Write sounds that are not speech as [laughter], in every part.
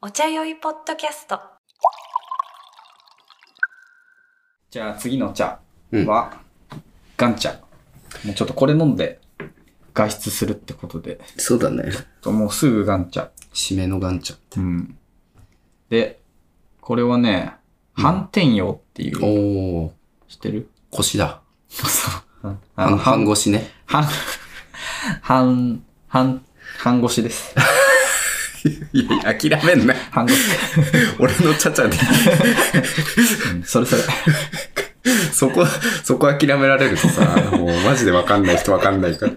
お茶酔いポッドキャスト。じゃあ次の茶うんは、ガン茶。もうちょっとこれ飲んで外出するってことで、そうだね。もうすぐガン茶。締めのガンチャ。うん。で、これはね、反転用っていう、おー、知ってる腰だ。そう。ああの、の、半半、腰ね。半、半、半、半腰です。いや、諦めんな。半腰。俺のチャチャで。うんそれそれ。そこ、そこ諦められるとさ、もうマジでわかんない人わかんないから。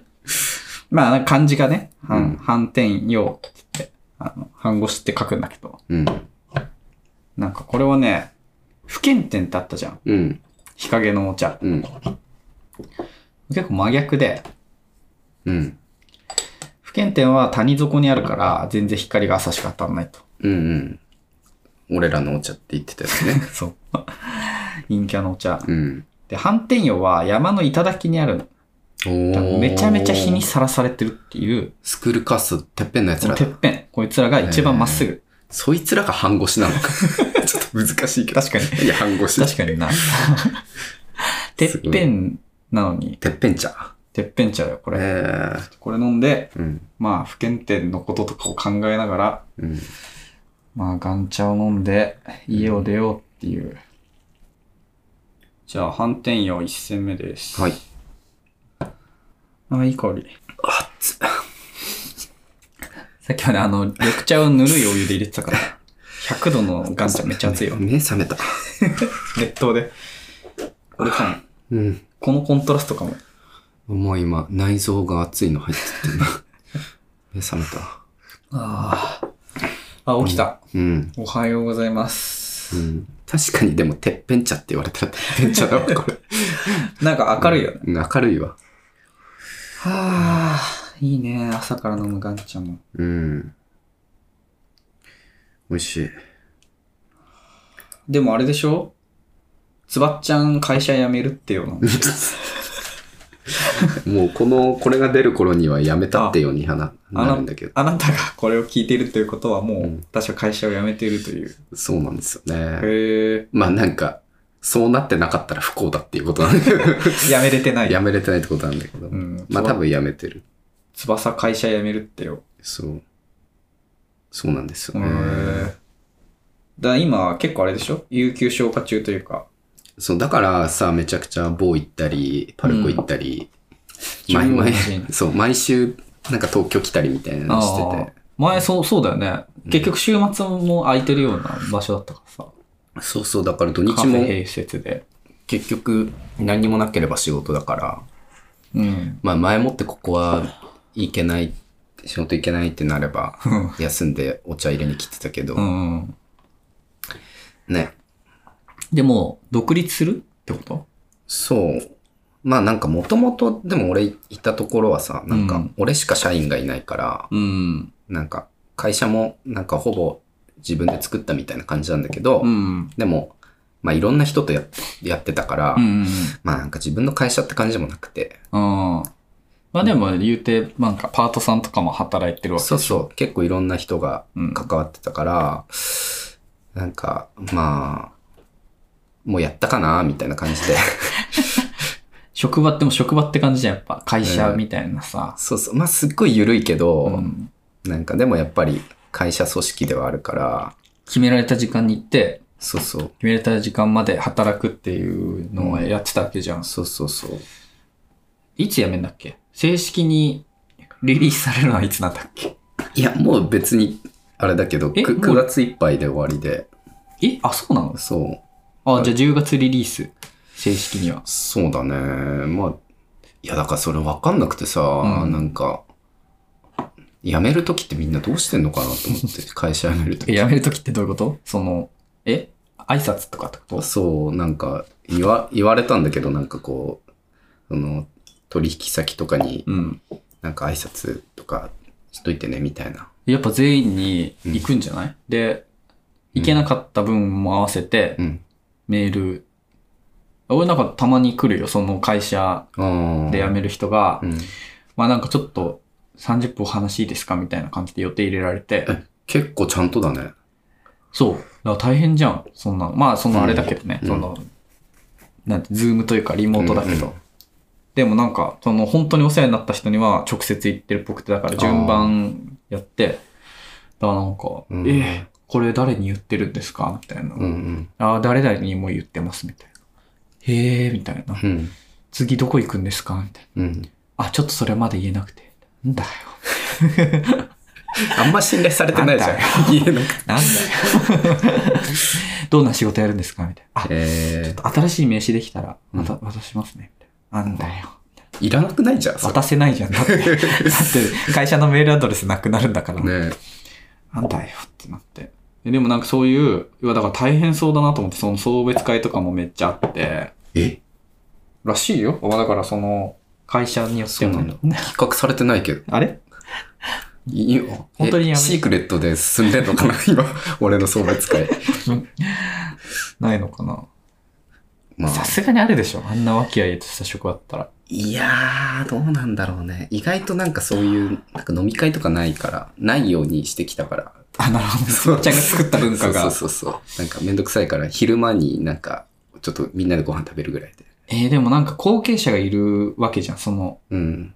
[laughs] まあ、なんか漢字がね、反、うん反転用って言って、あの、半腰って書くんだけど、うん。なんかこれはね、不検点ってあったじゃん。うん。日陰のお茶。うん。結構真逆で、うん。不検点は谷底にあるから、全然光が朝しか当たんないと。 [laughs] うんうん。俺らのお茶って言ってたよね。そう。陰キャのお茶。うん。で、反転葉は山の頂にあるの。おだからーめちゃめちゃ日にさらされてるっていう、スクールカースト、てっぺんのやつもらうてっだ。ぺん。こいつらが一番まっすぐ。そいつらが半腰なのか。 [laughs] ちょっと難しいけど。確かに。いや、半腰。確かに [laughs] な。 [laughs] てっぺんなのに、てっぺん茶。てっぺん茶よ、こええれ。これ飲んで、ー。うん。まあ、不検点のこととかを考えながら、うん。まあ、ガン茶を飲んで、家を出ようっていう。じゃあ、反転用1戦目です。はい。あ、いい香り。さっきまであの、緑茶をぬるいお湯で入れてたから、100度のガン茶めっちゃ熱いよ。目覚めた。熱湯で。これかも。うん。このコントラストかも。もう今、内臓が熱いの入ってってな。目覚めた。ああ。あ、起きた。うん。おはようございまうす。ん、確かにでも、てっぺん茶って言われたらてっぺん茶だわ、これ。なんか明るいよね。うん明るいわ。はあ、いいね。朝から飲むガン茶も。うん。美味しい。でもあれでしょつばっちゃん会社辞めるってよな。もう、この、これが出る頃にはやめたってようにはなあなるんなだけど。あなたがこれを聞いているということはもう、うん私は会社を辞めているという。そうなんですよね。へえ。まあなんか、そうなってなかったら不幸だっていうことなんだけど。辞めれてない。 [laughs] やめれてないってことなんだけど。うん。まあ多分やめてる。つば。翼会社辞めるってよ。そう。そうなんですへよね。え。だから今結構あれでしょ有給消化中というか。そう、だからさ、めちゃくちゃ某行ったり、パルコ行ったり、毎毎自分の人 [laughs] そう、毎週、なんか東京来たりみたいなのしてて。前そう、そうだよね。結局週末も空いてるような場所だったからさ。そうそう、だから土カ日フェも併設で。結局何にもなければ仕事だから、うん。まあ前もってここはいけない、仕事行けないってなれば、休んでお茶入れに来てたけど、うん。ね。でも、独立するってことそう。まあなんかもともと、でも俺行ったところはさ、なんうかん俺しか社員がいないから、うん。なんか会社もなんかほぼ自分で作ったみたいな感じなんだけど、うん。でも、まあいろんな人とややってたから、うん。まあなんか自分の会社って感じでもなくて、ああ。まあでも言うて、なんかパートさんとかも働いてるわけそうそう、結構いろんな人がうん関わってたから、なんかまあ、もうやったかなみたいな [laughs] 感じで。職場っても職場って感じじゃん、やっぱ。会社みたいなさ。そうそう、まあすっごい緩いけど、うんなんかでもやっぱり会社組織ではあるから、決められた時間に行って、そうそう、決められた時間まで働くっていうのをやってたわけじゃん。そうそうそう。いつ辞めんだっけ正式にリリースされるのはいつなんだっけいや、もう別に、あれだけど、えも 9, う月いっぱいで終わりで、えあ、そうなのそう、あ、じゃあ10月リリース。正式には。そうだね。まあ、いや、だからそれ分かんなくてさ、うんなんか、辞めるときってみんなどうしてんのかなと思って、 [laughs] 会社辞めるとえき。辞めるときってどういうことその、え挨拶とかってことそう、なんか言わ、言われたんだけど、なんかこう、その、取引先とかに、うん。なんか挨拶とかしといてね、みたいな。やっぱ全員に行くんじゃない、で、行けなかった分も合わせてう、ん。メール、俺なんかたまに来るよ、その会社ああ。で辞める人が、うん。まあなんかちょっと30分お話いいですかみたいな感じで予定入れられて、え、結構ちゃんとだね。そう。だから大変じゃん。そんなの。まあ、そのあれだけどね。うんその、なんて、ズームというかリモートだけど。うんうんでもなんか、その本当にお世話になった人には直接言ってるっぽくて、だから順番やって、だからなんか、うんええこれ誰に言ってるんですかみたいな。うんうん。ああ、誰々にも言ってます、みたいな。へえ、みたいな。うん。次どこ行くんですかみたいな。うん。あ、ちょっとそれはまだ言えなくて。なんだよ。あんま信頼されてないじゃん。 [laughs] 言えなくて。なんだよ。 [laughs] どんな仕事やるんですかみたいな。あ、え新しい名刺できたら、うんまた渡しますね。みたいな。なんだよ。ー、いらなくないじゃん、それ渡せないじゃん。だ [laughs] って、だって会社のメールアドレスなくなるんだから。ねなんだよってなって。ででもなんかそういう、いやだから大変そうだなと思って、その送別会とかもめっちゃあって、え。らしいよ。まあだからその、会社によってそうもな。ん企画されてないけど。あれい本当にやめえシークレットで進んでんのかな [laughs] 今、俺の送別会。ないのかなまあ、さすがにあるでしょ。あんな和気あいあいとした職場だったら。いやー、どうなんだろうね。意外となんかそういう、なんか飲み会とかないから、ないようにしてきたから。あ、なるほど。すっちゃんが作った文化が。そうそうそうそう。なんかめんどくさいから、昼間になんか、ちょっとみんなでご飯食べるぐらいで。 [laughs] えー、でもなんか後継者がいるわけじゃん。その、うん。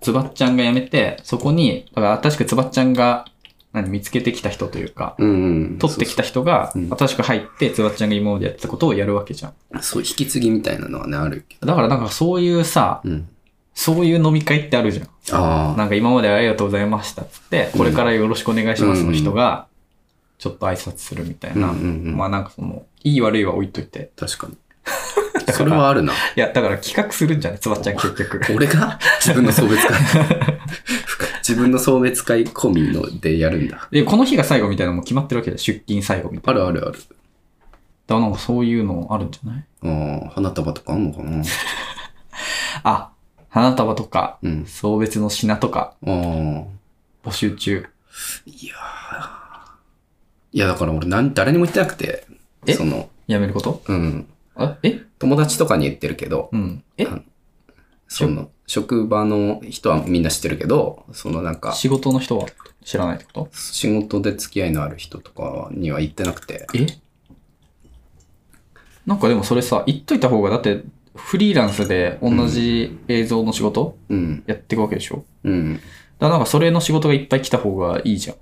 つばっちゃんが辞めて、そこに、だから新しくつばっちゃんが、何、見つけてきた人というか、うんうん。取ってきた人がうん、新しく入って、つばっちゃんが今までやってたことをやるわけじゃん。そうそう、引き継ぎみたいなのはね、あるけだからなんかそういうさ、ど。うん。そういう飲み会ってあるじゃん。ああ。なんか今までありがとうございましたっつって、これからよろしくお願いしますの人が、ちょっと挨拶するみたいな。うんうんうんまあなんかその、いい悪いは置いといて。[laughs] 確かに。それはあるな。いや、だから企画するんじゃないつばっちゃん結局。俺 [laughs] が自分の送別会 [laughs] 自分の送別会込みのでやるんだ。で、この日が最後みたいなのも決まってるわけじゃん。出勤最後みたあいな。るあるある。だからなんかそういうのあるんじゃないああ、花束とかあんのかなあ、花束とか、うん。送別の品とか、ああ。募集中。いやーいや、だから俺なん、誰にも言ってなくて、えその、やめることうん。あえ友達とかに言ってるけど、うん。えその、職場の人はみんな知ってるけど、そのなんか、仕事の人は知らないってこと仕事で付き合いのある人とかには言ってなくて、えなんかでもそれさ、言っといた方が、だって、フリーランスで同じ映像の仕事うん、やっていくわけでしょうん、だからなんかそれの仕事がいっぱい来た方がいいじゃん。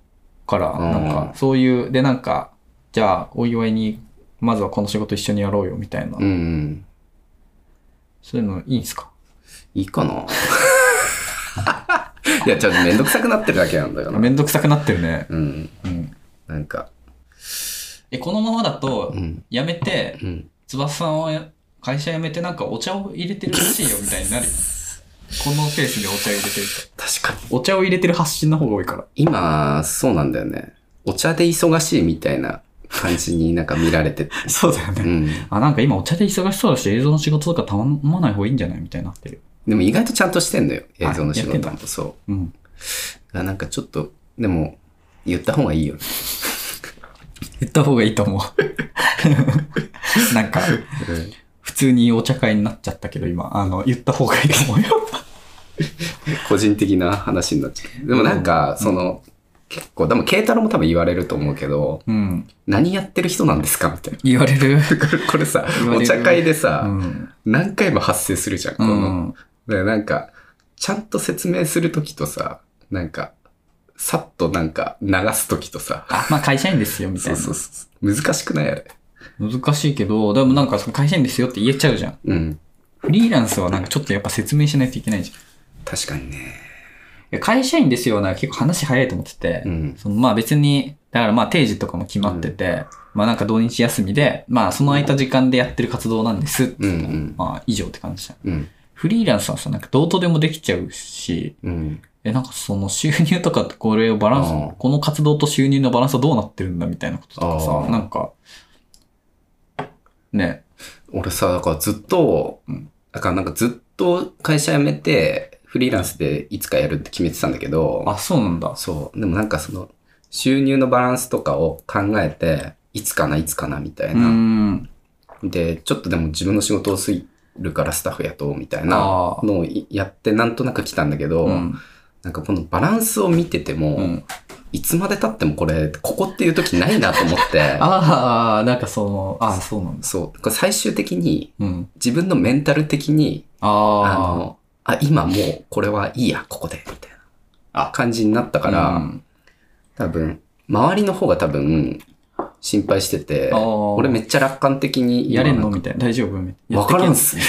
から、んなんかそういう、でなんか、じゃあお祝いに、まずはこの仕事一緒にやろうよみたいな。うん、うん。そういうのいいんすかいいかな [laughs] いや、ちょっとめんどくさくなってるだけなんだよな。めんどくさくなってるね。うん。うん。なんか、え、このままだとう、ん、辞めて、うん。翼さんは会社辞めてなんかお茶を入れてるらしいよみたいになるよ。このペースでお茶入れてると。確かに。お茶を入れてる発信の方が多いから。今、そうなんだよね。お茶で忙しいみたいな感じになんか見られてて。 [laughs] [laughs] そうだようね。ん。あ、なんか今お茶で忙しそうだし、映像の仕事とか頼まない方がいいんじゃないみたいになってる。でも意外とちゃんとしてんのよ。映像の仕あやっ事てんも。そう。うん。あなんかちょっと、でも、言った方がいいよね。言った方がいいと思う。 [laughs] なんか、普通にお茶会になっちゃったけど、今、あの、言った方がいいと思うよ。 [laughs] 個人的な話になっちゃう。でもなんか、その、結構、でも、慶太郎も多分言われると思うけど、うん。何やってる人なんですかみたいな。言われる。これこれさ言、われおる茶会でうさ、ん。何回も発生するじゃん。こうの、ん。でなんか、ちゃんと説明するときとさ、なんか、さっとなんか流すときとさ、あ、まあ会社員ですよ、みたそいうな。そうそう。難しくないあれ。難しいけど、でもなんかその会社員ですよって言えちゃうじゃん。うん。フリーランスはなんかちょっとやっぱ説明しないといけないじゃん。い確かにね。や会社員ですよなんか結構話早いと思ってて、うん。そのまあ別に、だからまあ定時とかも決まってて、まあなんか土日休みで、まあその空いた時間でやってる活動なんですって言ったらうんうんまあ以上って感じじゃん。うん。フリーランスはさ、なんかどうとでもできちゃうし、うん。え、なんかその収入とかってこれをバランうんス、この活動と収入のバランスはどうなってるんだみたいなこととかあさー、なんか、ね、俺さ、だからずっと、うんだからなんかずっと会社辞めて、フリーランスでいつかやるって決めてたんだけど、あ、そうなんだ。そう。でもなんかその、収入のバランスとかを考えて、いつかな、いつかな、みたいうな。ん。で、ちょっとでも自分の仕事をするからスタッフ雇おう、みたいなあのをいやってなんとなく来たんだけど、ーうんなんかこのバランスを見てても、うんいつまで経ってもこれ、ここっていう時ないなと思って、 [laughs] ああ、なんかその、ああ、そうなんです。そう。これ最終的に、うん。自分のメンタル的に、ああの、あ、今もうこれはいいや、ここで、みたいな感じになったあ。から、うん多分、周りの方が多分、心配してて、あー俺めっちゃ楽観的に今やれんのなんみたいな。大丈夫みたいな。わからやんっってすみけ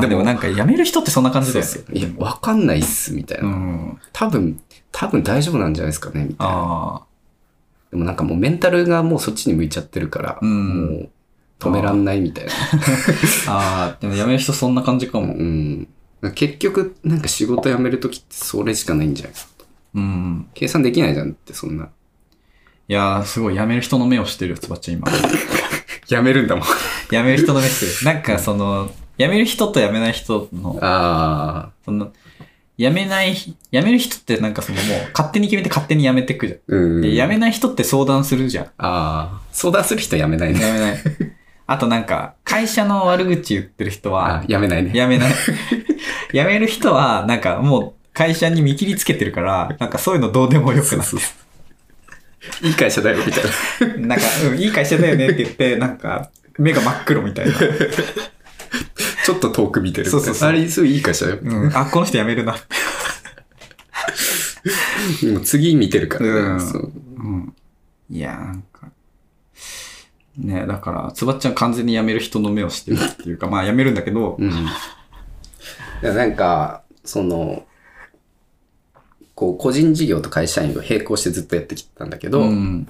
んあでもなんかやめる人ってそんな感じだよね。いや、わかんないっす、みたいうな。ん。多分、多分大丈夫なんじゃないですかね、みたいな。あでもなんかもうメンタルがもうそっちに向いちゃってるから、うんもう止めらんないみたいな。あ。ああ、でもやめる人そんな感じかうも。ん。 [laughs] 結局、なんか仕事辞めるときってそれしかないんじゃないかなと。うん。計算できないじゃんって、そんな。いやー、すごい、辞める人の目をしてるよ、つばっち今。辞めるんだもん。辞める人の目して [laughs] る。なんか、その、辞める人と辞めない人の、ああ。その、辞めない、辞める人ってなんかそのもう、勝手に決めて勝手に辞めてくじゃん。うん。で、辞めない人って相談するじゃん。ああ。相談する人辞めない辞ね。めない。あとなんか、会社の悪口言ってる人あは、辞めないね。辞めない。辞める人は、なんかもう、会社に見切りつけてるから、なんかそういうのどうでもよくなってるいい会社だよ、み [laughs] たいなな。んか、うん、いい会社だよねって言って、なんか、目が真っ黒みたいな。ちょっと遠く見てるみたそいな。うそうそうあれ、すごいいい会社だよ。うん、あ、この人辞めるな。もう次見てるからね。うんそううん。いや、なんか。ねだから、つばっちゃん完全に辞める人の目をしてるっていうか、まあ辞めるんだけど、うん。いやなんか、その、こう、個人事業と会社員を並行してずっとやってきたんだけど、うん。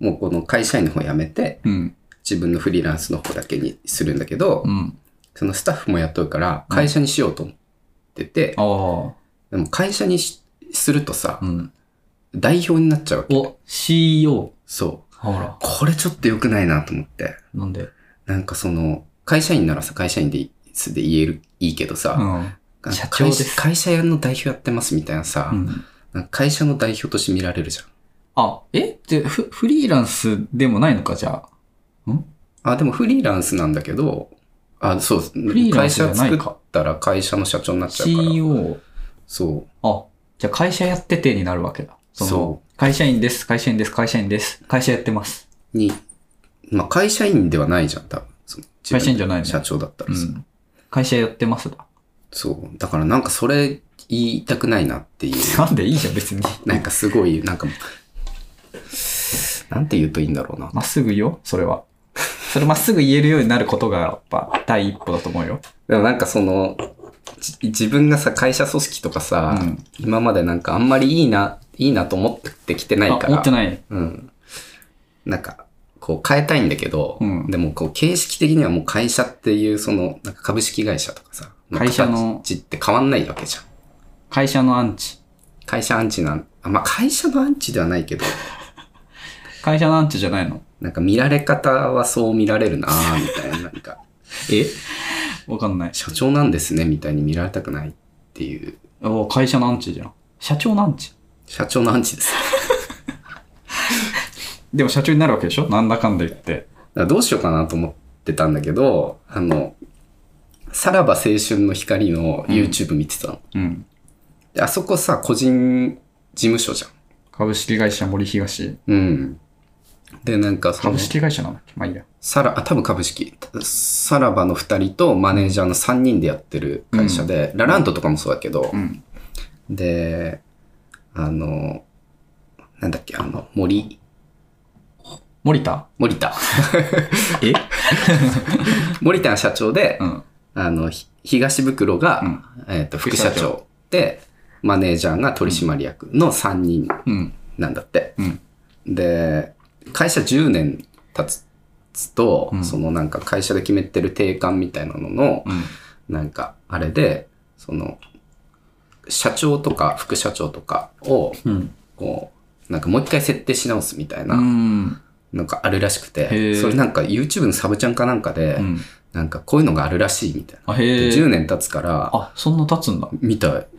もうこの会社員の方辞めて、うん。自分のフリーランスの方だけにするんだけど、うん。そのスタッフも雇うから、会社にしようと思ってて、あでも会社にしするとさ、あ。うん。代表になっちゃうわけ。お、CEO。そう。ほら。これちょっと良くないなと思って。なんでなんかその、会社員ならさ、会社員でいすで言える、いいけどさ、うん。会社長です会社の代表やってますみたいなさ、うん。なんか会社の代表として見られるじゃん。あ、えで、フ、フリーランスでもないのか、じゃあ。んあ、でもフリーランスなんだけど、あ、そう、フリーラン会スじゃ社ないか作ったら会社の社長になっちゃうから。 ?CEO。そう。あ、じゃあ会社やっててになるわけだ。そのそ会社員です、会社員です、会社員です、会社やってます。に、まあ、会社員ではないじゃん、多分。その会社員じゃないね社長だったうらさ、ん。会社やってますだ。そう。だからなんかそれ言いたくないなっていう。なんでいいじゃん、別に。なんかすごい、なんか、なんて言うといいんだろうな。まっすぐよ、それは。それまっすぐ言えるようになることが、やっぱ、第一歩だと思うよ。でもなんかその、じ自分がさ、会社組織とかさ、うん今までなんかあんまりいいな、いいなと思ってきてないかあ、ら。持ってない。うん。なんか、こう変えたいんだけど、うんでもこう形式的にはもう会社っていうその、なんか株式会社とかさ、会社の形って変わんないわけじゃん。会社のアンチ。会社アンチなん、あまあ会社のアンチではないけど、会社のアンチじゃないのなんか見られ方はそう見られるなぁ、みたいな、 [laughs] なんか、えわかんない。社長なんですね、みたいに見られたくないっていう、お会社のアンチじゃん。社長のアンチ。社長のアンチです。でも社長になるわけでしょなんだかんだ言って。だからどうしようかなと思ってたんだけど、あの、さらば青春の光の YouTube 見てたの。うん。であそこさ、個人事務所じゃん。株式会社森東。うん。で、なんかその株、式会社なんだっけまあいいや。さら、あ、多分株式。さらばの二人とマネージャーの三人でやってる会社で、ラランドとかもそうだけど、んで、あの、なんだっけ、あの、森、森田 [laughs] 森田。え森田社長で、うん。あの、ひ東袋が、うんえっ、と、副副社社長長で、マネージャーが取締役の3人うん。なんだって。うんで、会社10年経つと、うんそのなんか会社で決めてる定款みたいなのの、うん。なんかあれで、その、社長とか副社長とかを、うん。こう、なんかもう一回設定し直すみたいな、うん。なんかあるらしくて、ーそれなんか YouTube のサブチャンかなんかで、うん。なんかこういうのがあるらしいみたいな。あ、へえ。 10年経つから、あ、そんな経つんだ。みたい。なんか、へ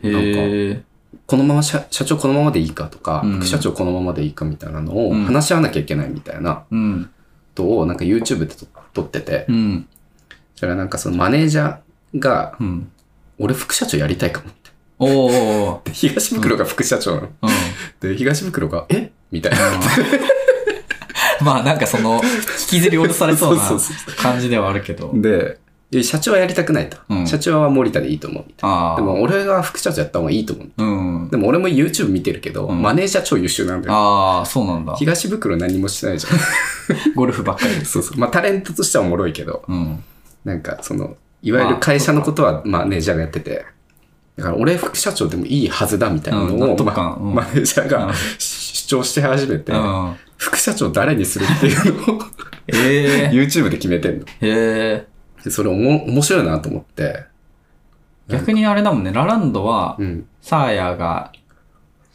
え。このまま社社長このままでいいかとか、うん副社長このままでいいかみたいなのをうん話し合わなきゃいけないみたいなうん。ことを、なんか YouTube でと撮っててう、ん。それはなんかそのマネージャーが、うん。俺副社長やりたいかもって。 [laughs] おーおーおーで東袋が副社長なの。うで、東袋が、えみたいな。ん。 [laughs] まあなんかその、引きずり下ろされそうなそうそうそ感じではあるけど。で、いや社長はやりたくないと。うん社長は森田でいいと思う。みたいあなあ。でも、俺が副社長やった方がいいと思う。うんで。も俺も YouTube 見てるけど、うんマネージャー超優秀なんだよ。ああ、そうなんだ。東袋何もしてないじゃ [laughs] ん。ゴルフばっか [laughs] り。そうそう。まあタレントとしてはおもろいけど、うん。なんかその、いわゆる会社のことはマネージャーがやってて、だから俺副社長でもいいはずだみたいなのうん納を、得ま感うんマネージャーうんが主張して始めてう、ん。副社長誰にするっていうのをええ YouTube で決めてんの。へえ。でそれおも面白いなと思って、逆にあれだもんね、ラランドはう、ん。サーヤが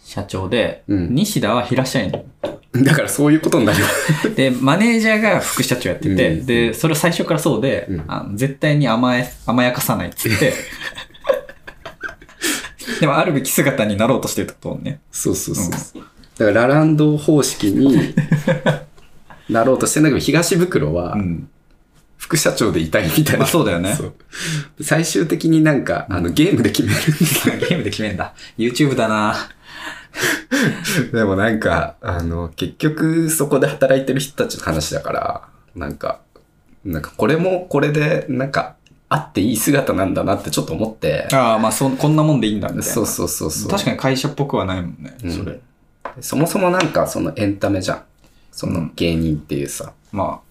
社長で、うん西田は平社員。だからそういうことになるよ。で、マネージャーが副社長やってて、うんで、それ最初からそうで、うんあの絶対に甘え、甘やかさないっつって、でもあるべき姿になろうとしてたと思うね。そうそうそう。だからラランド方式 [laughs] になろうとしてんだけど、東袋は、うん。副社長でいたいみたいな。まあそうだよねそう最終的になんか、あの、ゲームで決めゲームで決めんだ。YouTube だなる。でもなんか、あの、結局そこで働いてる人たちの話だから、なんか、なんかこれもこれで、なんか、あっていい姿なんだなってちょっと思って、ああ、まあそん、こんなもんでいいんだみたいな。そうそうそうそう。確かに会社っぽくはないもんね、うんそれ。そもそもなんかそのエンタメじゃん。そうのん芸人っていうさ、ま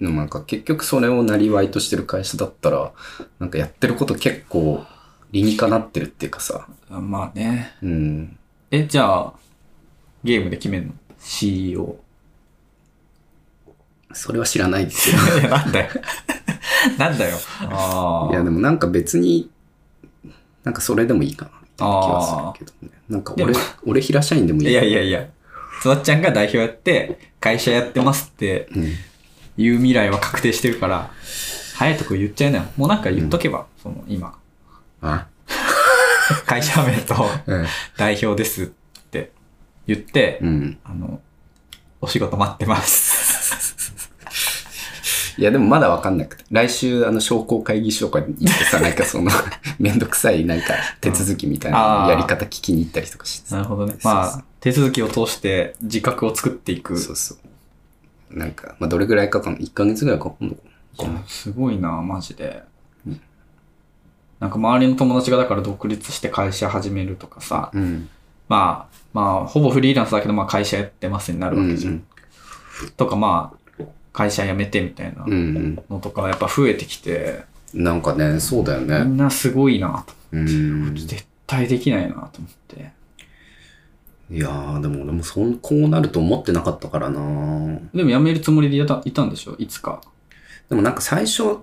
でもなんか結局それをなりわいとしてる会社だったら、なんかやってること結構理にかなってるっていうかさ、あ、まあね。うん。え、じゃあ、ゲームで決めんの ?CEO。それは知らないですよ。いやなんだよ。なんだよ。あ [laughs] いや、あ。でもなんか別に、なんかそれでもいいかな、みたいな気あーはするけどね。なんかで俺も、俺平社員でもいい。いやいやいや。つわっちゃんが代表やって、会社やってますってうんいう未来は確定してるから、早いとこ言っちゃいなよ。もうなんか言っとけば、その、今。あ、会社名とうん。代表ですって言って、うん。あの、お仕事待って [laughs] ます。いや、でもまだわかんなくて。来週、あの、商工会議所とかに行ってさ、なんかその、 [laughs] めんどくさい、なんか手続きみたいあなーやり方聞きに行ったりとかしてなさ。るほどね。そうそまうあ、手続きを通して自覚を作っていく。そうそう。なんか、まあ、どれぐらいかかん1ヶ月ぐらいかかんのかいやな。すごいな、マジでうん。なんか周りの友達がだから独立して会社始めるとかさ、うん。まあ、まあ、ほぼフリーランスだけど、まあ会社やってますになうるんうわけん。じゃん。とか、まあ、会社辞めてみたいなうんうん。のとか、やっぱ増えてきて、なんかね、そうだよみね。んなすごいなと。うん。絶対できないなと思って。いやー、でも俺もそん、こうなると思ってなかったからなーでも辞めるつもりでいたいたんでしょいつか。でもなんか最初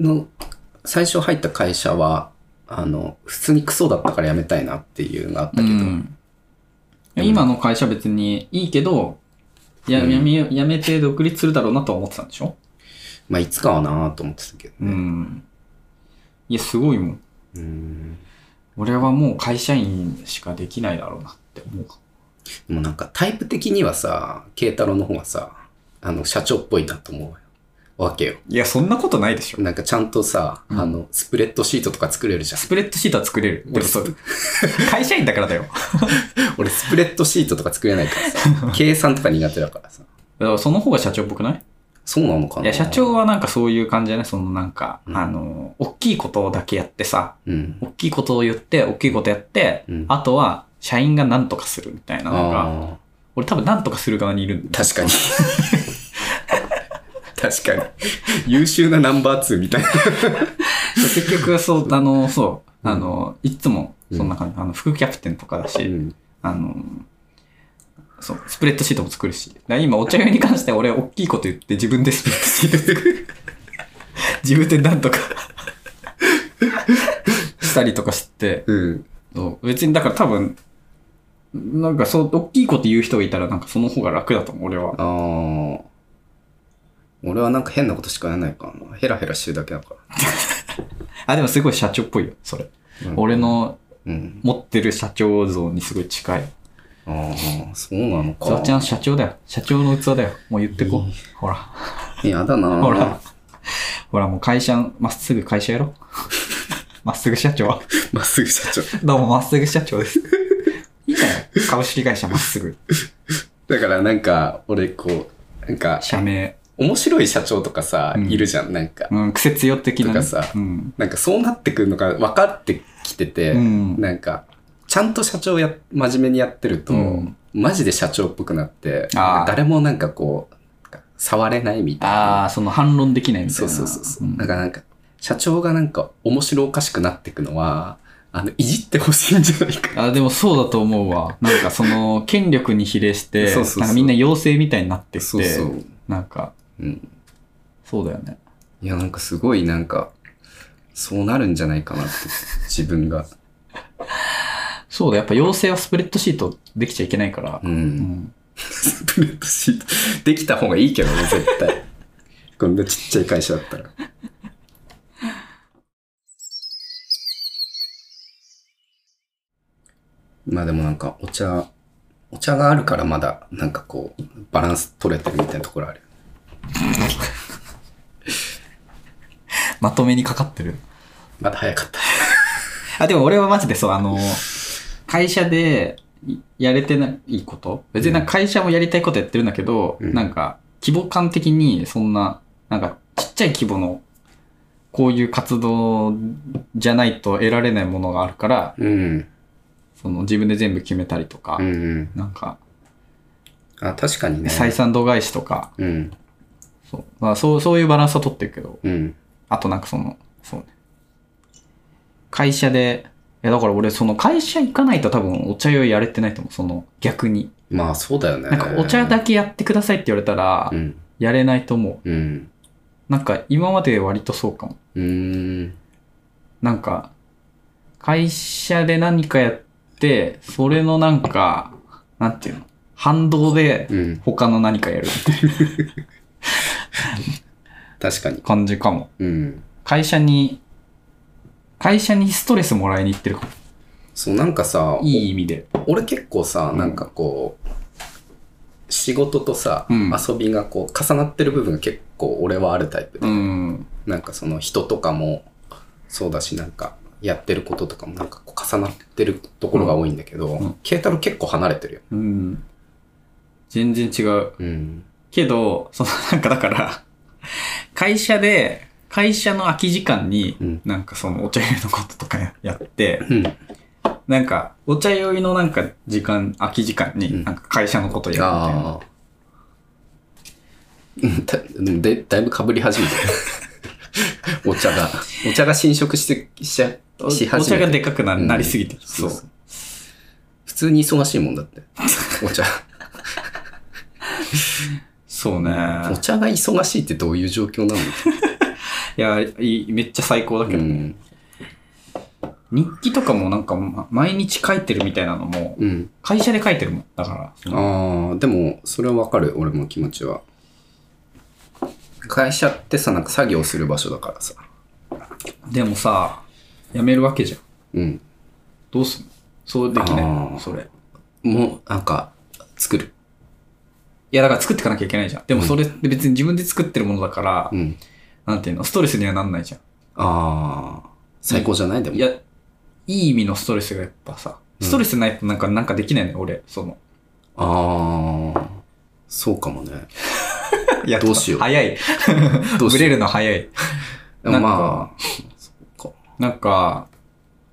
の、最初入った会社は、あの、普通にクソだったから辞めたいなっていうのがあったけど、うん今の会社別にいいけど、やうん辞めよ辞めて独立するだろうなとは思ってたんでしょまあいつかはなーと思ってたけどうね。ん。いや、すごいもん。うん俺はもう会社員しかできないだろうなって思う。でもなんかタイプ的にはさ、慶太郎の方がさ、あの、社長っぽいなと思うわけよ。いや、そんなことないでしょ。なんかちゃんとさ、うんあの、スプレッドシートとか作れるじゃん [laughs] ス。プレッドシートは作れる。でもそう [laughs] 会社員だからだよ。だか俺スプレッドシートとか作れないから [laughs] さ、計算とか苦手だからさ。らその方が社長っぽくないそうなのかないいや、社長。はなんかそういう感じじゃないそのなんか、うんあの、大きいことだけやってさ、うん。大きいことを言って、大きいことやって、うんあとは社員が何とかするみたいなのが、あ俺多分何とかする側にいるんー [laughs] だよ確かに。 [laughs] 確かに。優秀なナンバー2みたいな。結局、そう、あの、そう、あの、いつもそんな感じ、あの、副キャプテンとかだし、うんあの、そう、スプレッドシートも作るし。だから今、お茶用に関しては俺、大きいこと言って自分でスプレッドシート作る。 [laughs] 自分でなんとか。したりとかして、うん。そう別にだから多分、なんかそう、大きいこと言う人がいたら、なんかその方が楽だと思う、俺は。ああ。俺はなんか変なことしかやらないからな。ヘラヘラしてるだけだかあ、でもすごい社長っぽいよ、それ。ら。うん、俺。のうん。持ってる社長像にすごい近い。ああ、そうなのか。そっちゃん社長だよ。社長の器だよ。もう言ってこ。ほら。やだな。 [laughs] ほら。ほら、もう会社、まっすぐ会社やろ。まっすぐ社長。まっすぐ社長。どうもまっすぐ社長です。いいじゃない株式会社まっすぐ。だからなんか、俺こう、なんか、社名。面白い社長とかさ、うんいるじゃん、なんか。うん、癖強的なね。とかさうん。なんかそうなってくるのが分かってきてて、うんなんか、ちゃんと社長や、真面目にやってると、うんマジで社長っぽくなって、あー誰もなんかこう、なんか触れないみたいあな。あ、その反論できないみたいそうな。そうそうそう。んだからなんか、社長がなんか面白おかしくなってくのは、あの、いじってほしいんじゃないか。あでもそうだと思うわ。なんかその権力に比例して、そうそうそうなんかみんな妖精みたいになってって、そうそう。なんか、うん。そうだよね。いや、なんかすごいなんか、そうなるんじゃないかなって、自分が。そうだ、やっぱ妖精はスプレッドシートできちゃいけないから。う。うんん [laughs] スプレッドシート。できた方がいいけどね、絶対。 [laughs] こんなちっちゃい会社だったら。まあでもなんかお茶、お茶があるからまだなんかこう、バランス取れてるみたいなところある。まとめにかかってる。まだ早かった。 [laughs] あ、でも俺はマジでそう、あの、会社でいやれてないこと、別になんか会社もやりたいことやってるんだけど、うんなんか規模感的にそんな、なんかちっちゃい規模のこういう活動じゃないと得られないものがあるから、うん。その自分で全部決めたりとか、うん。なんかあ、確かにね。採算度外視とか、うん。そうまあ、そうそういうバランスは取ってるけど、うん。あとなんかその、そうね。会社で、いやだから俺その会社行かないと多分お茶酔いやれてないと思う、その逆に。まあそうだよね。なんかお茶だけやってくださいって言われたらう、ん。やれないと思う。うん。なんか今まで割とそうかも。うーん。なんか、会社で何かやって、それのなんか、なんていうの反動でうん。他の何かやるみたい確かにな。感じかも。うん。会社に、会社にストレスもらいに行ってるかも。そう、なんかさ、いい意味で。お俺結構さ、うんなんかこう、仕事とさ、うん遊びがこう、重なってる部分が結構俺はあるタイプで、うん。なんかその人とかもそうだし、なんかやってることとかもなんかこう重なってるところが多いんだけど、うん慶太郎結構離れてるよ。うん。全然違う。うん。けど、その [laughs] なんかだから、会社で、会社の空き時間に、うんなんかそのお茶酔いのこととかややって、うん。なんかお茶酔いのなんか時間、空き時間うにんなんか会社のことやるみたいな。ああ。うんたでもで [laughs] だいぶかぶり始め [laughs] てるお茶が。お茶が侵食して、しちゃ、おし始めてるお茶がでかくな,、うんなりすぎてる。そうそうそう普通に忙しいもんだって。お茶。そうね。お茶が忙しいってどういう状況なのいやいいめっちゃ最高だけうど、ん。日記とかもなんかま毎日書いてるみたいなのも、うん。会社で書いてるもん。だから、そのああ、でも、それはわかる、俺も気持ちは。会社ってさ、なんか作業する場所だからさ。でもさ、辞めるわけじゃん。うん。どうすんのそうできないあーのそれ。もう、なんか、作る。いや、だから作っていかなきゃいけないじゃん。でもそれって別に自分で作ってるものだから、うん。なんていうの、ストレスにはなんないじゃああ、最高じゃないでん。も。いや、いい意味のストレスがやっぱさ、うんストレスないとなんか、なんかできないね、俺。その。ああ、そうかもね。いやどうしよう早い。どうしブよレうるの早い。まなんあか、なんか、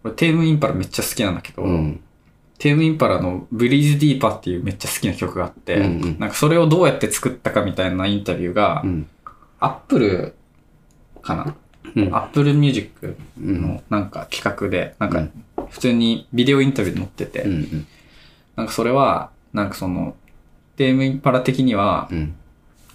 俺、テームインパラめっちゃ好きなんだけど、うん。テームインパラのブリーズディーパーっていうめっちゃ好きな曲があって、うんうんなんかそれをどうやって作ったかみたいなインタビューがう、ん。アップルかなうん。アップルミュージックうん。のなんか企画で、なんうかん普通にビデオインタビューに載ってて、うん。なんかそれは、なんかその、テームインパラ的にはう、ん。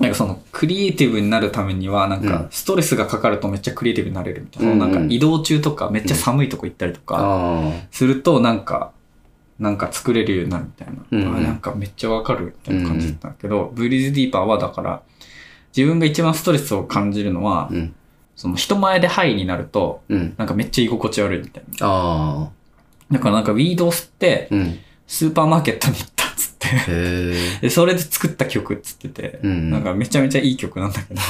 なんかそのクリエイティブになるためには、なんうんかストレスがかかるとめっちゃクリエイティブになれるみたいな。うんうんそのなんか移動中とかめっちゃ寒いとこ行ったりとか、あするとなんか、なんか作れるようになるみたいな。うんうんあなんかめっちゃわかるみたいな感じだったんだけど、ブリーズディーパーはだから、自分が一番ストレスを感じるのはあ。、うん。その人前でハイになると、うん。なんかめっちゃ居心地悪いみたいな。ああ。だからなんかウィードを吸って、うん。スーパーマーケットに行ったっつって、 [laughs] へえ。で、それで作った曲っつってて、うんなんかめちゃめちゃい [laughs] い曲なんだけど。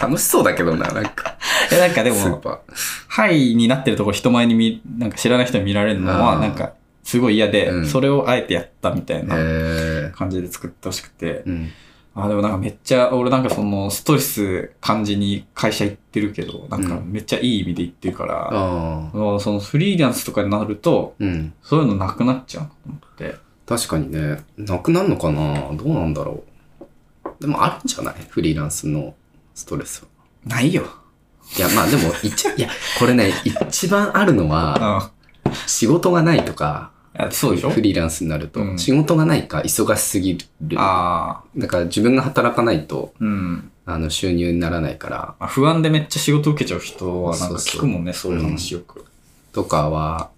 楽しそうだけどな、なんか。え、なんかでスーも、パハイになってるところ人前に見、なんか知らない人に見られるのあは、ーなんか、すごい嫌で、うんそれをあえてやったみたいえなー感じで作ってほしくて。うん。あー、でもなんかめっちゃ、俺なんかその、ストレス感じに会社行ってるけど、なんかめっちゃいい意味で行ってるから、ああ。あのそのフリーランスとかになると、うん。そういうのなくなっちゃうなと思って。確かにね、なくなるのかなどうなんだろう。でもあるんじゃないフリーランスのストレスは。ないよ。いや、まあでも、一、いや、これね、一番あるのうん。は、あ仕事がないとか、そうでしょフリーランスになると、うん仕事がないか忙しすぎる。ああ、だから自分が働かないと、うん。あの、収入にならないから、まあ不安でめっちゃ仕事受けちゃう人はなんか聞くもんね、そそううそういう話よく。とかは、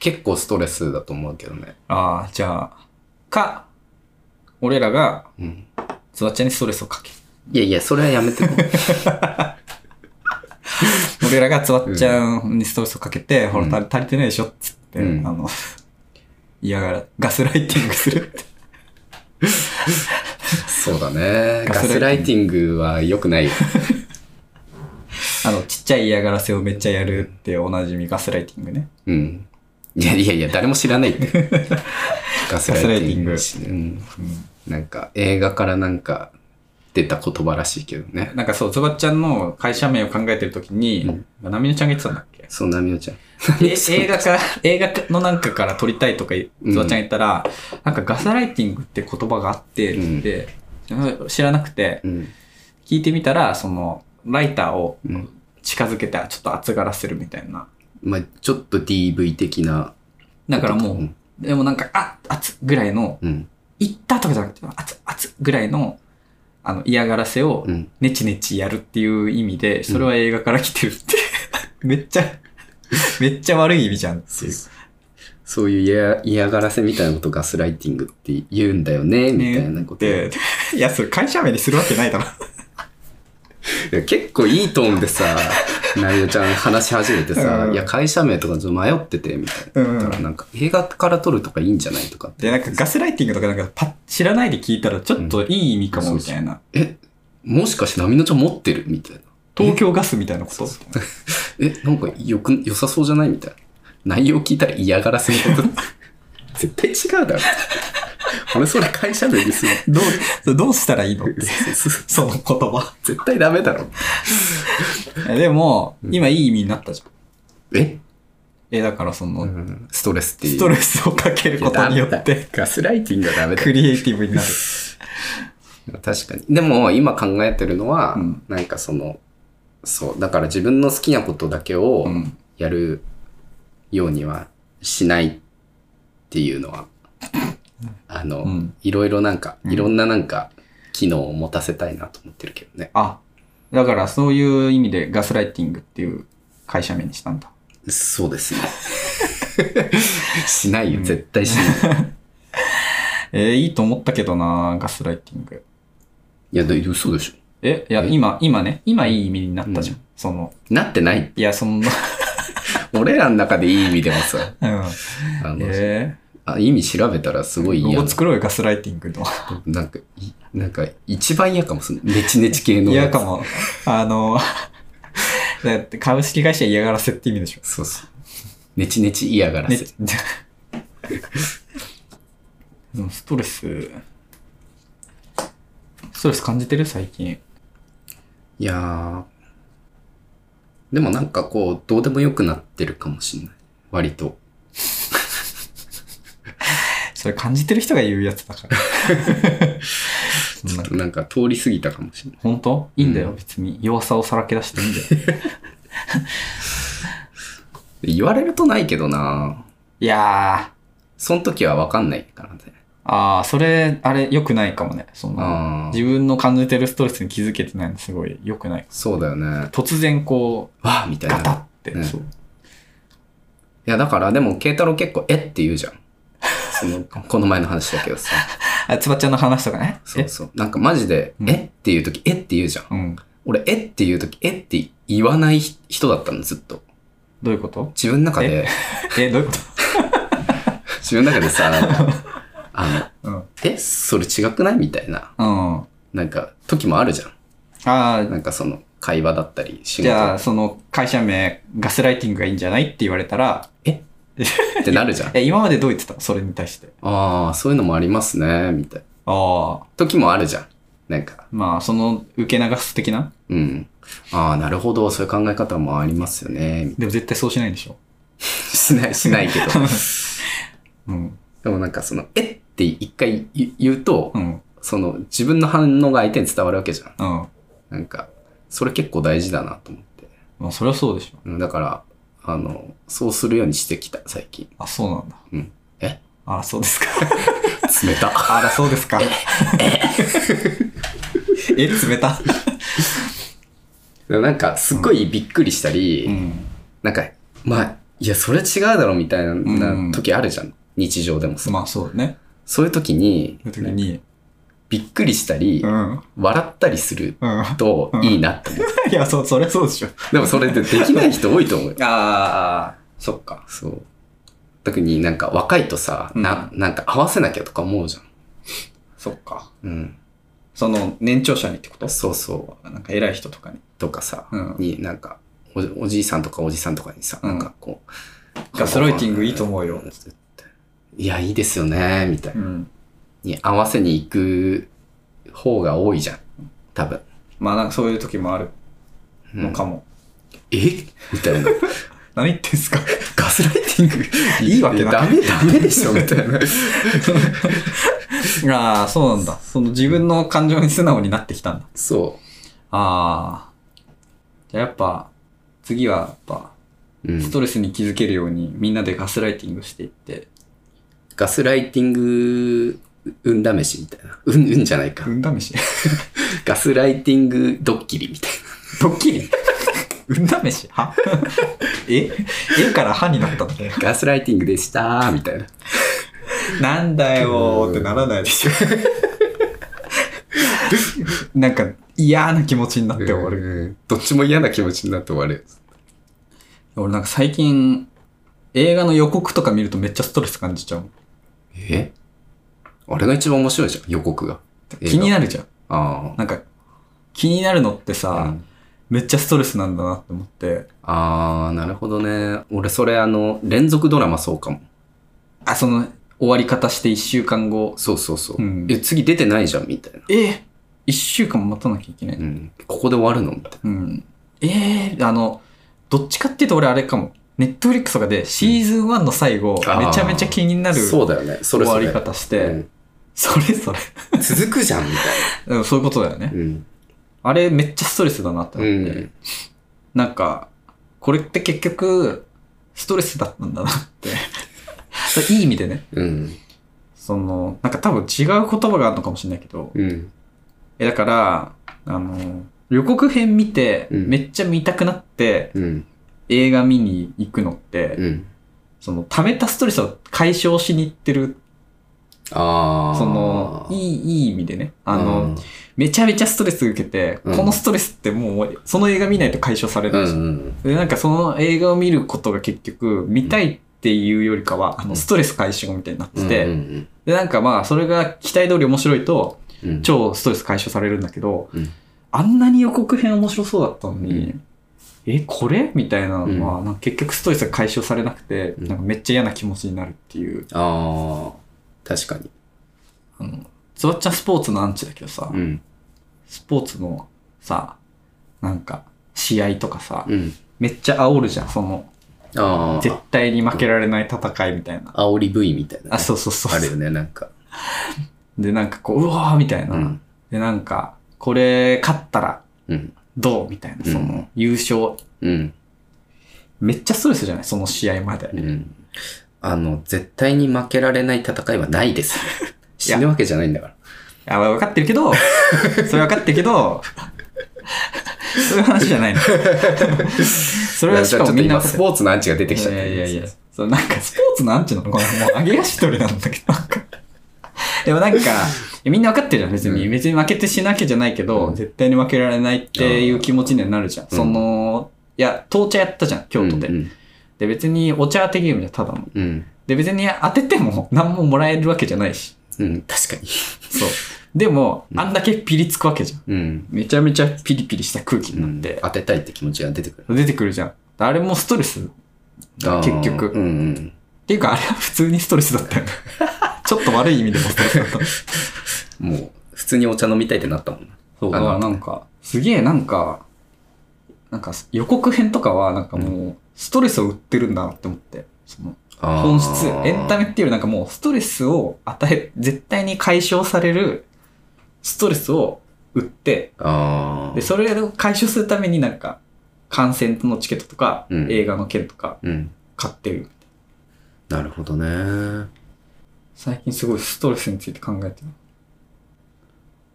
結構ストレスだと思うけどね。ああ、じゃあ、か、俺らが、うん。つわちゃんにストレスをかけ。いやいや、それはやめて。俺らがつわちゃんにストレスをかけて、ほうんら、足りてないでしょっつって、うんあの、嫌がら、ガスライティングするって。 [laughs] そうだね。ガガススラライイテティングは良くないよ。あの、ちっちゃい嫌がらせをめっちゃやるっておなじみガスライティングね。うん。いやいやいや、誰も知らないって。 [laughs] ガスライティング。ガスうん。うんなんか、映画からなんか出た言葉らしいけどね。なんかそう、つわちゃんの会社名を考えてるときに、なみのちゃんが言ってたんだっけそう、ナミオちゃん。え映画か、映画のなんかから撮りたいとか、つわちゃんが言ったら、なんかガスライティングって言葉があって、って知らなくてう、ん。聞いてみたら、その、ライターをうん近づけて、ちょっと厚がらせるみたいな。まあちょっと DV 的な。だからもうんう、でもなんか、あ熱っぐらいの、うん。行ったとかじゃなくて、熱っ熱っぐらいの、あの、嫌がらせをう、ん。ネチネチやるっていう意味で、それは映画から来てるって。 [laughs] めっちゃ、 [laughs] めっちゃ悪い意味じゃんっていう。そういう嫌嫌がらせみたいなことガスライティングって言うんだよね、みたいなこと。で、いや、それ会社名にするわけないだ [laughs] ろ。いや結構いいトーンで [laughs] さ、ナミオちゃん話し始めてさ、うんいや、会社名とかちょっと迷ってて、みたいな。うんだからなんか、映画から撮るとかいいんじゃないとかって。で、なんかガスライティングとかなんかパッ知らないで聞いたらちょっといい意味かもみたいな。え、もしかしてナミノちゃん持ってるみたいな。東京ガスみたいなことえ、なんかよく、良さそうじゃないみたいな。内容聞いたら嫌がらせのこと。 [laughs] 絶対違うだろ。俺それ会社名にする。 [laughs] どう、 [laughs] それどうしたらいいのってその言葉。絶対ダメだろ。でも、今いい意味になったじゃん。え、え、だからその、うんストレスっていう。ストレスをかけることによっいやダて、メだガスライティングはダメだクリエイティブ [laughs] になる。確かに。でも今考えてるのは、うんなんかその、そう、だから自分の好きなことだけをうん。やるようにはしないっていうのは、あの、うんいろいろなんか、うんいろんななんか、機能を持たせたいなと思ってるけどね。あ、だからそういう意味でガスライティングっていう会社名にしたんだ。そうですね。 [laughs] しないよ、絶対しない。えーいいと思ったけどなガスライティング。 [laughs] いや、だ嘘でしょ。え、いや、え今、今ね、今いい意味になったじゃん。その、なってない。いや、そんな、俺らの中でいい意味でもさ、うん。あの、えあ意味調べたらすごいー、嫌ロなゴ作ろうよ、ガスライティングの。なんか、いなんか、一番嫌かもすんない。ネチネチ系の。嫌か。も。あの、だって株式会社嫌がらせって意味でしょ。そうそう。ネチネチ嫌がらせ。ね、 [laughs] でもストレス、ストレス感じてる最近。いやー。でもなんかこう、どうでもよくなってるかもしんない。割と。それ感じてる人が言うやつだ [laughs] から。そんちょなっとなんか通り過ぎたかもしんない。本当いいんだよ、うん別に。弱さをさらけ出していいんだよ。言われるとないけどないやー、その時はわかんないからね。ああ、それ、あれ、良くないかもね。そあのー自分の感じてるストレスに気づけてないのすごい良くない。そうだよね。突然こわあみたう、いな。ガタいって、うんそうや、だからでも、慶太郎結構、えって言うじゃん。その、この前の話だけどさ。 [laughs] あ、つばちゃんの話とかね。そうそう。なんかマジで、うんえっていう時、えって言うじゃん。えうん。俺、えっていう時、えって言わない人だったの、ずっと。どういうこと自分の中で、え、どういうこ [laughs] 自分の中 [laughs] でさ、あとうん。の、えそれ違くないみたいな、うん。あなんか、時もあるじゃん。あー、なんかその、会話だったり、仕じゃ事あ、その会社名、ガスライティングがいいんじゃないって言われたら、えってなるじゃん。え、今までどう言ってたのそれに対して。ああ、そういうのもありますね、みたいな。ああ、時もあるじゃん。なんか、まあ、その受け流す的なうん。ああ、なるほど、そういう考え方もありますよね、みたいでも絶対そうしないんでし [laughs] ょ。なしない、しないけ [laughs] ど。うん。でもなんかその、えって一回言う言うと、うん。その自分の反応が相手に伝わるわけじゃん。うん。なんか、それ結構大事だなと思って。まあ、それはそうでしょ。うんだから、あの、そうするようにしてきた、最近。あ、そうなんだ。うん。えあら、そうですか。冷 [laughs] た。あら、そうですか。 [laughs] え、冷た。でもなんか、すっごいびっくりしたり、うん。なんか、まあ、いや、それ違うだろみたいなうんな時あるじゃん。日常でもさ。まあ、そうね。そういう時に、そういう時に。びっくりしたり、うん。うん。笑ったりするとうんいいなって思う。 [laughs] いや、そう、それはそうでしょ。でもそれでできない人多いと思うよ。ああ、そっか。そう。特になんか若いとさ、な、なんか合わせなきゃとか思うじゃん。そっか。うん。その、年長者にってことそうそう。なんか偉い人とかに。とかさ、うんになんかお、おじいさんとかおじさんとかにさ、うんなんかこう。ガスライティングいいと思うよ絶対いや、いいですよね、みたいな。ん。に合わせに行く方が多いじゃん。多分。まあ、なんかそういう時もあるうんのかも。えみた [laughs] いな。何言ってんす [laughs] かガスライティングいいわけないダメ、ダメでしょ、みたい [laughs] な。ああ、そうなんだ。その自分の感情に素直になってきたんだ。そああ。じゃあやっぱ、次はやっぱ、う。うんストレスに気づけるようにみんなでガスライティングしていって。ガスライティング、運試しみたいな。うん、うんじゃないか。運試し [laughs] ガスライティングドッキリみたいドッキリ [laughs] 運試しは [laughs] え絵から歯になったのな。ガスライティングでしたー、みたいな。なんだよーってならないでしょ。 [laughs] なんか嫌な気持ちになって終わる。うんどっちも嫌な気持ちになって終わる。俺なんか最近、映画の予告とか見るとめっちゃストレス感じちゃう。えあれが一番面白いじゃん、予告が。気にる。なるじゃん。あなんか、気になるのってあ。うさ、んめっちゃストレスなんだなって思って。ああ、なるほどね。俺、それ、あの、連続ドラマそうかも。あ、その、終わり方して1週間後。そうそうそう。うんえ、次出てないじゃん、みたいな。。え一 !1 週間待たなきゃいけないうん。ここで終わるのみたいうん。えー、あの、どっちかっていうと俺あれかも。ネットフリックスとかでシーズン1の最後、あーめちゃめちゃ気になるな。そうだよね。そ終れわそれり方して、うんそれそれ。 [laughs] 続くじゃん、みでもそういうことだよね。たいな。うん。あれめっちゃストレスだなって思うって。ん。なんか、これって結局、ストレスだったんだなって。 [laughs] いい意味でね。うん。その、なんか多分違う言葉があるのかもしれないけど、うん。え、だから、あの、予告編見て、うんめっちゃ見たくなって、うん。映画見に行くのって、うん。その、溜めたストレスを解消しに行ってる、ああ。その、いい、いい意味でね。あの、うんめちゃめちゃストレス受けて、うんこのストレスってもう、その映画見ないと解消されうなんいし、うん。で、なんかその映画を見ることが結局、見たいっていうよりかは、あうの、んストレス解消みたいになってて、うんうんで、なんかまあ、それが期待通り面白いと、うんうん、超ストレス解消されるんだけど、うんあんなに予告編面白そうだったのに、うえ、これみたいなのは、なんか結局ストレスが解消されなくて、うんなんかめっちゃ嫌な気持ちになるっていう。ああ、確かに。あの、つわっちゃんスポーツのアンチだけどさ、うん。スポーツのさ、なんか、試合とかさ、うん。めっちゃ煽るじゃん、その、あ絶対に負けられない戦いみたいな。あ、煽り部位みたいな。あ、そうそうそう。あるよね、なんか。で、なんかこう、うわーみたいな。うん。で、なんか、これ勝ったらうん。どうみたいな、その、うん優勝うん。めっちゃストレスじゃないその試合まで。うん。あの、絶対に負けられない戦いは [laughs] ないです。死ぬわけじゃないんだから。あ、分かってるけ [laughs] ど、それ分かってるけど、そういう話じゃ [laughs] ないの。それはしかもみんな、いやじゃあちょっと今スポーツのアンチが出てきちゃっいた。やいやいや、そうなんかスポーツのアンチなのこれもう上げ足取りなんだけど、なんか。でもなんか、いやみんな分かってるじゃん、別に。うん別に負けてしなきゃじゃないけど、うん絶対に負けられないっていう気持ちにはなるじゃん。うんその、いや、闘茶やったじゃん、京都で。うん。で、別にお茶当てゲームじゃんただの。うん。で、別に当てても何ももらえるわけじゃないし。うん、確かに。そう。でも、あんだけピリつくわけじゃん。うん。めちゃめちゃピリピリした空気うになんって、当てたいって気持ちが出てくる。出てくるじゃん。あれもストレス。結局。あーうんうん。っていうか、あれは普通にストレスだった [laughs] よね。ちょっと悪い意味でもストレスだった。もう、普通にお茶飲みたいってなったもんな。そう、あだからなんか、すげえなんか、なんか予告編とかはなんかもう、ストレスを売ってるんだなって思って、そのあー本質、エンタメっていうよりなんかもうストレスを与え、絶対に解消されるストレスを売って、ああ。で、それを解消するためになんか、観戦のチケットとか、うん映画の券とかうん。買ってる。なるほどね。最近すごいストレスについて考えて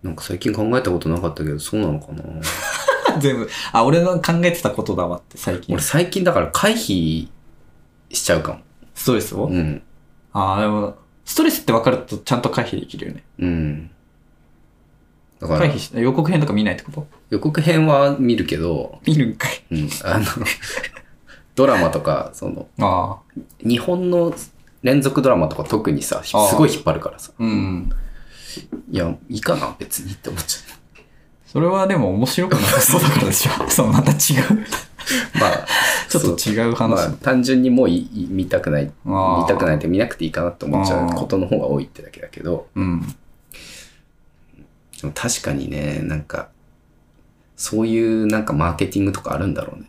なんか最近考えたことなかったけど、そうなのかなる。 [laughs] 全部、あ、俺の考えてたことだわって最近俺。最近だから回避しちゃうかも。ストレスを、うん。ああ、でも、ストレスって分かるとちゃんと回避できるよね。うん。だか回ら避し予告編とか見ないってこと予告編は見るけど、見るんかい。うん、 [laughs] あの、ドラマとか、その、ああ。日本の連続ドラマとか特にさ、ひあーすごい引っ張るからさ。うん。いや、いいかな、別にって思っちゃそれはでも面白くなさ [laughs] そうだからでしょ。 [laughs] そう、また違う。 [laughs] う。まあ、ちょっと違うそうまあ話。、単純にもういい見たくない、あー見たくないって見なくていいかなって思っちゃうあーことの方が多いってだけだけど、うん。でも確かにね、なんか、そういうなんかマーケティングとかあるんだろうね。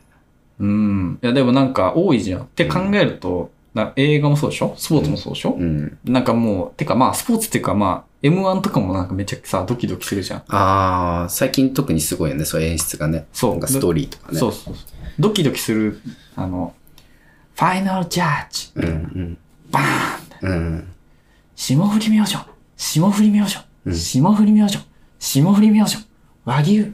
うん。いや、でもなんか多いじゃん。って考えると、な映画もそうでしょスポーツもそうでしょ、うん。なんかもう、てかまあ、スポーツっていうかまあ、M1 とかもなんかめちゃくちゃさ、ドキドキするじゃん。ああ、最近特にすごいよね、そういう演出がね。そうなんかストーリーとかね。そうそうそう。ドキドキする、あの、ファイナルジャッジ、うんうん。バーンうん。霜降り明星、霜降り明星、うん霜降り明星、霜降り明星、和牛、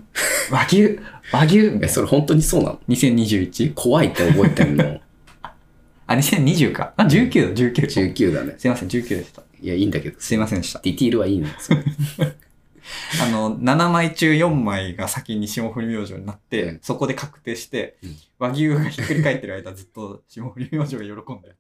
和牛、和牛、みえ、たいなそれ本当にそうなの 2021? 怖いって覚えてんの [laughs] あ、2020か。あ、19だ、19。 ?19 だね。すいません、19でした。いや、いいんだけど。すいませんでした。ディティールはいいの。そうあの、7枚中4枚が先に霜降り明星になって、うんそこで確定して、うん和牛がひっくり返ってる間ずっと霜降り明星が喜んでる。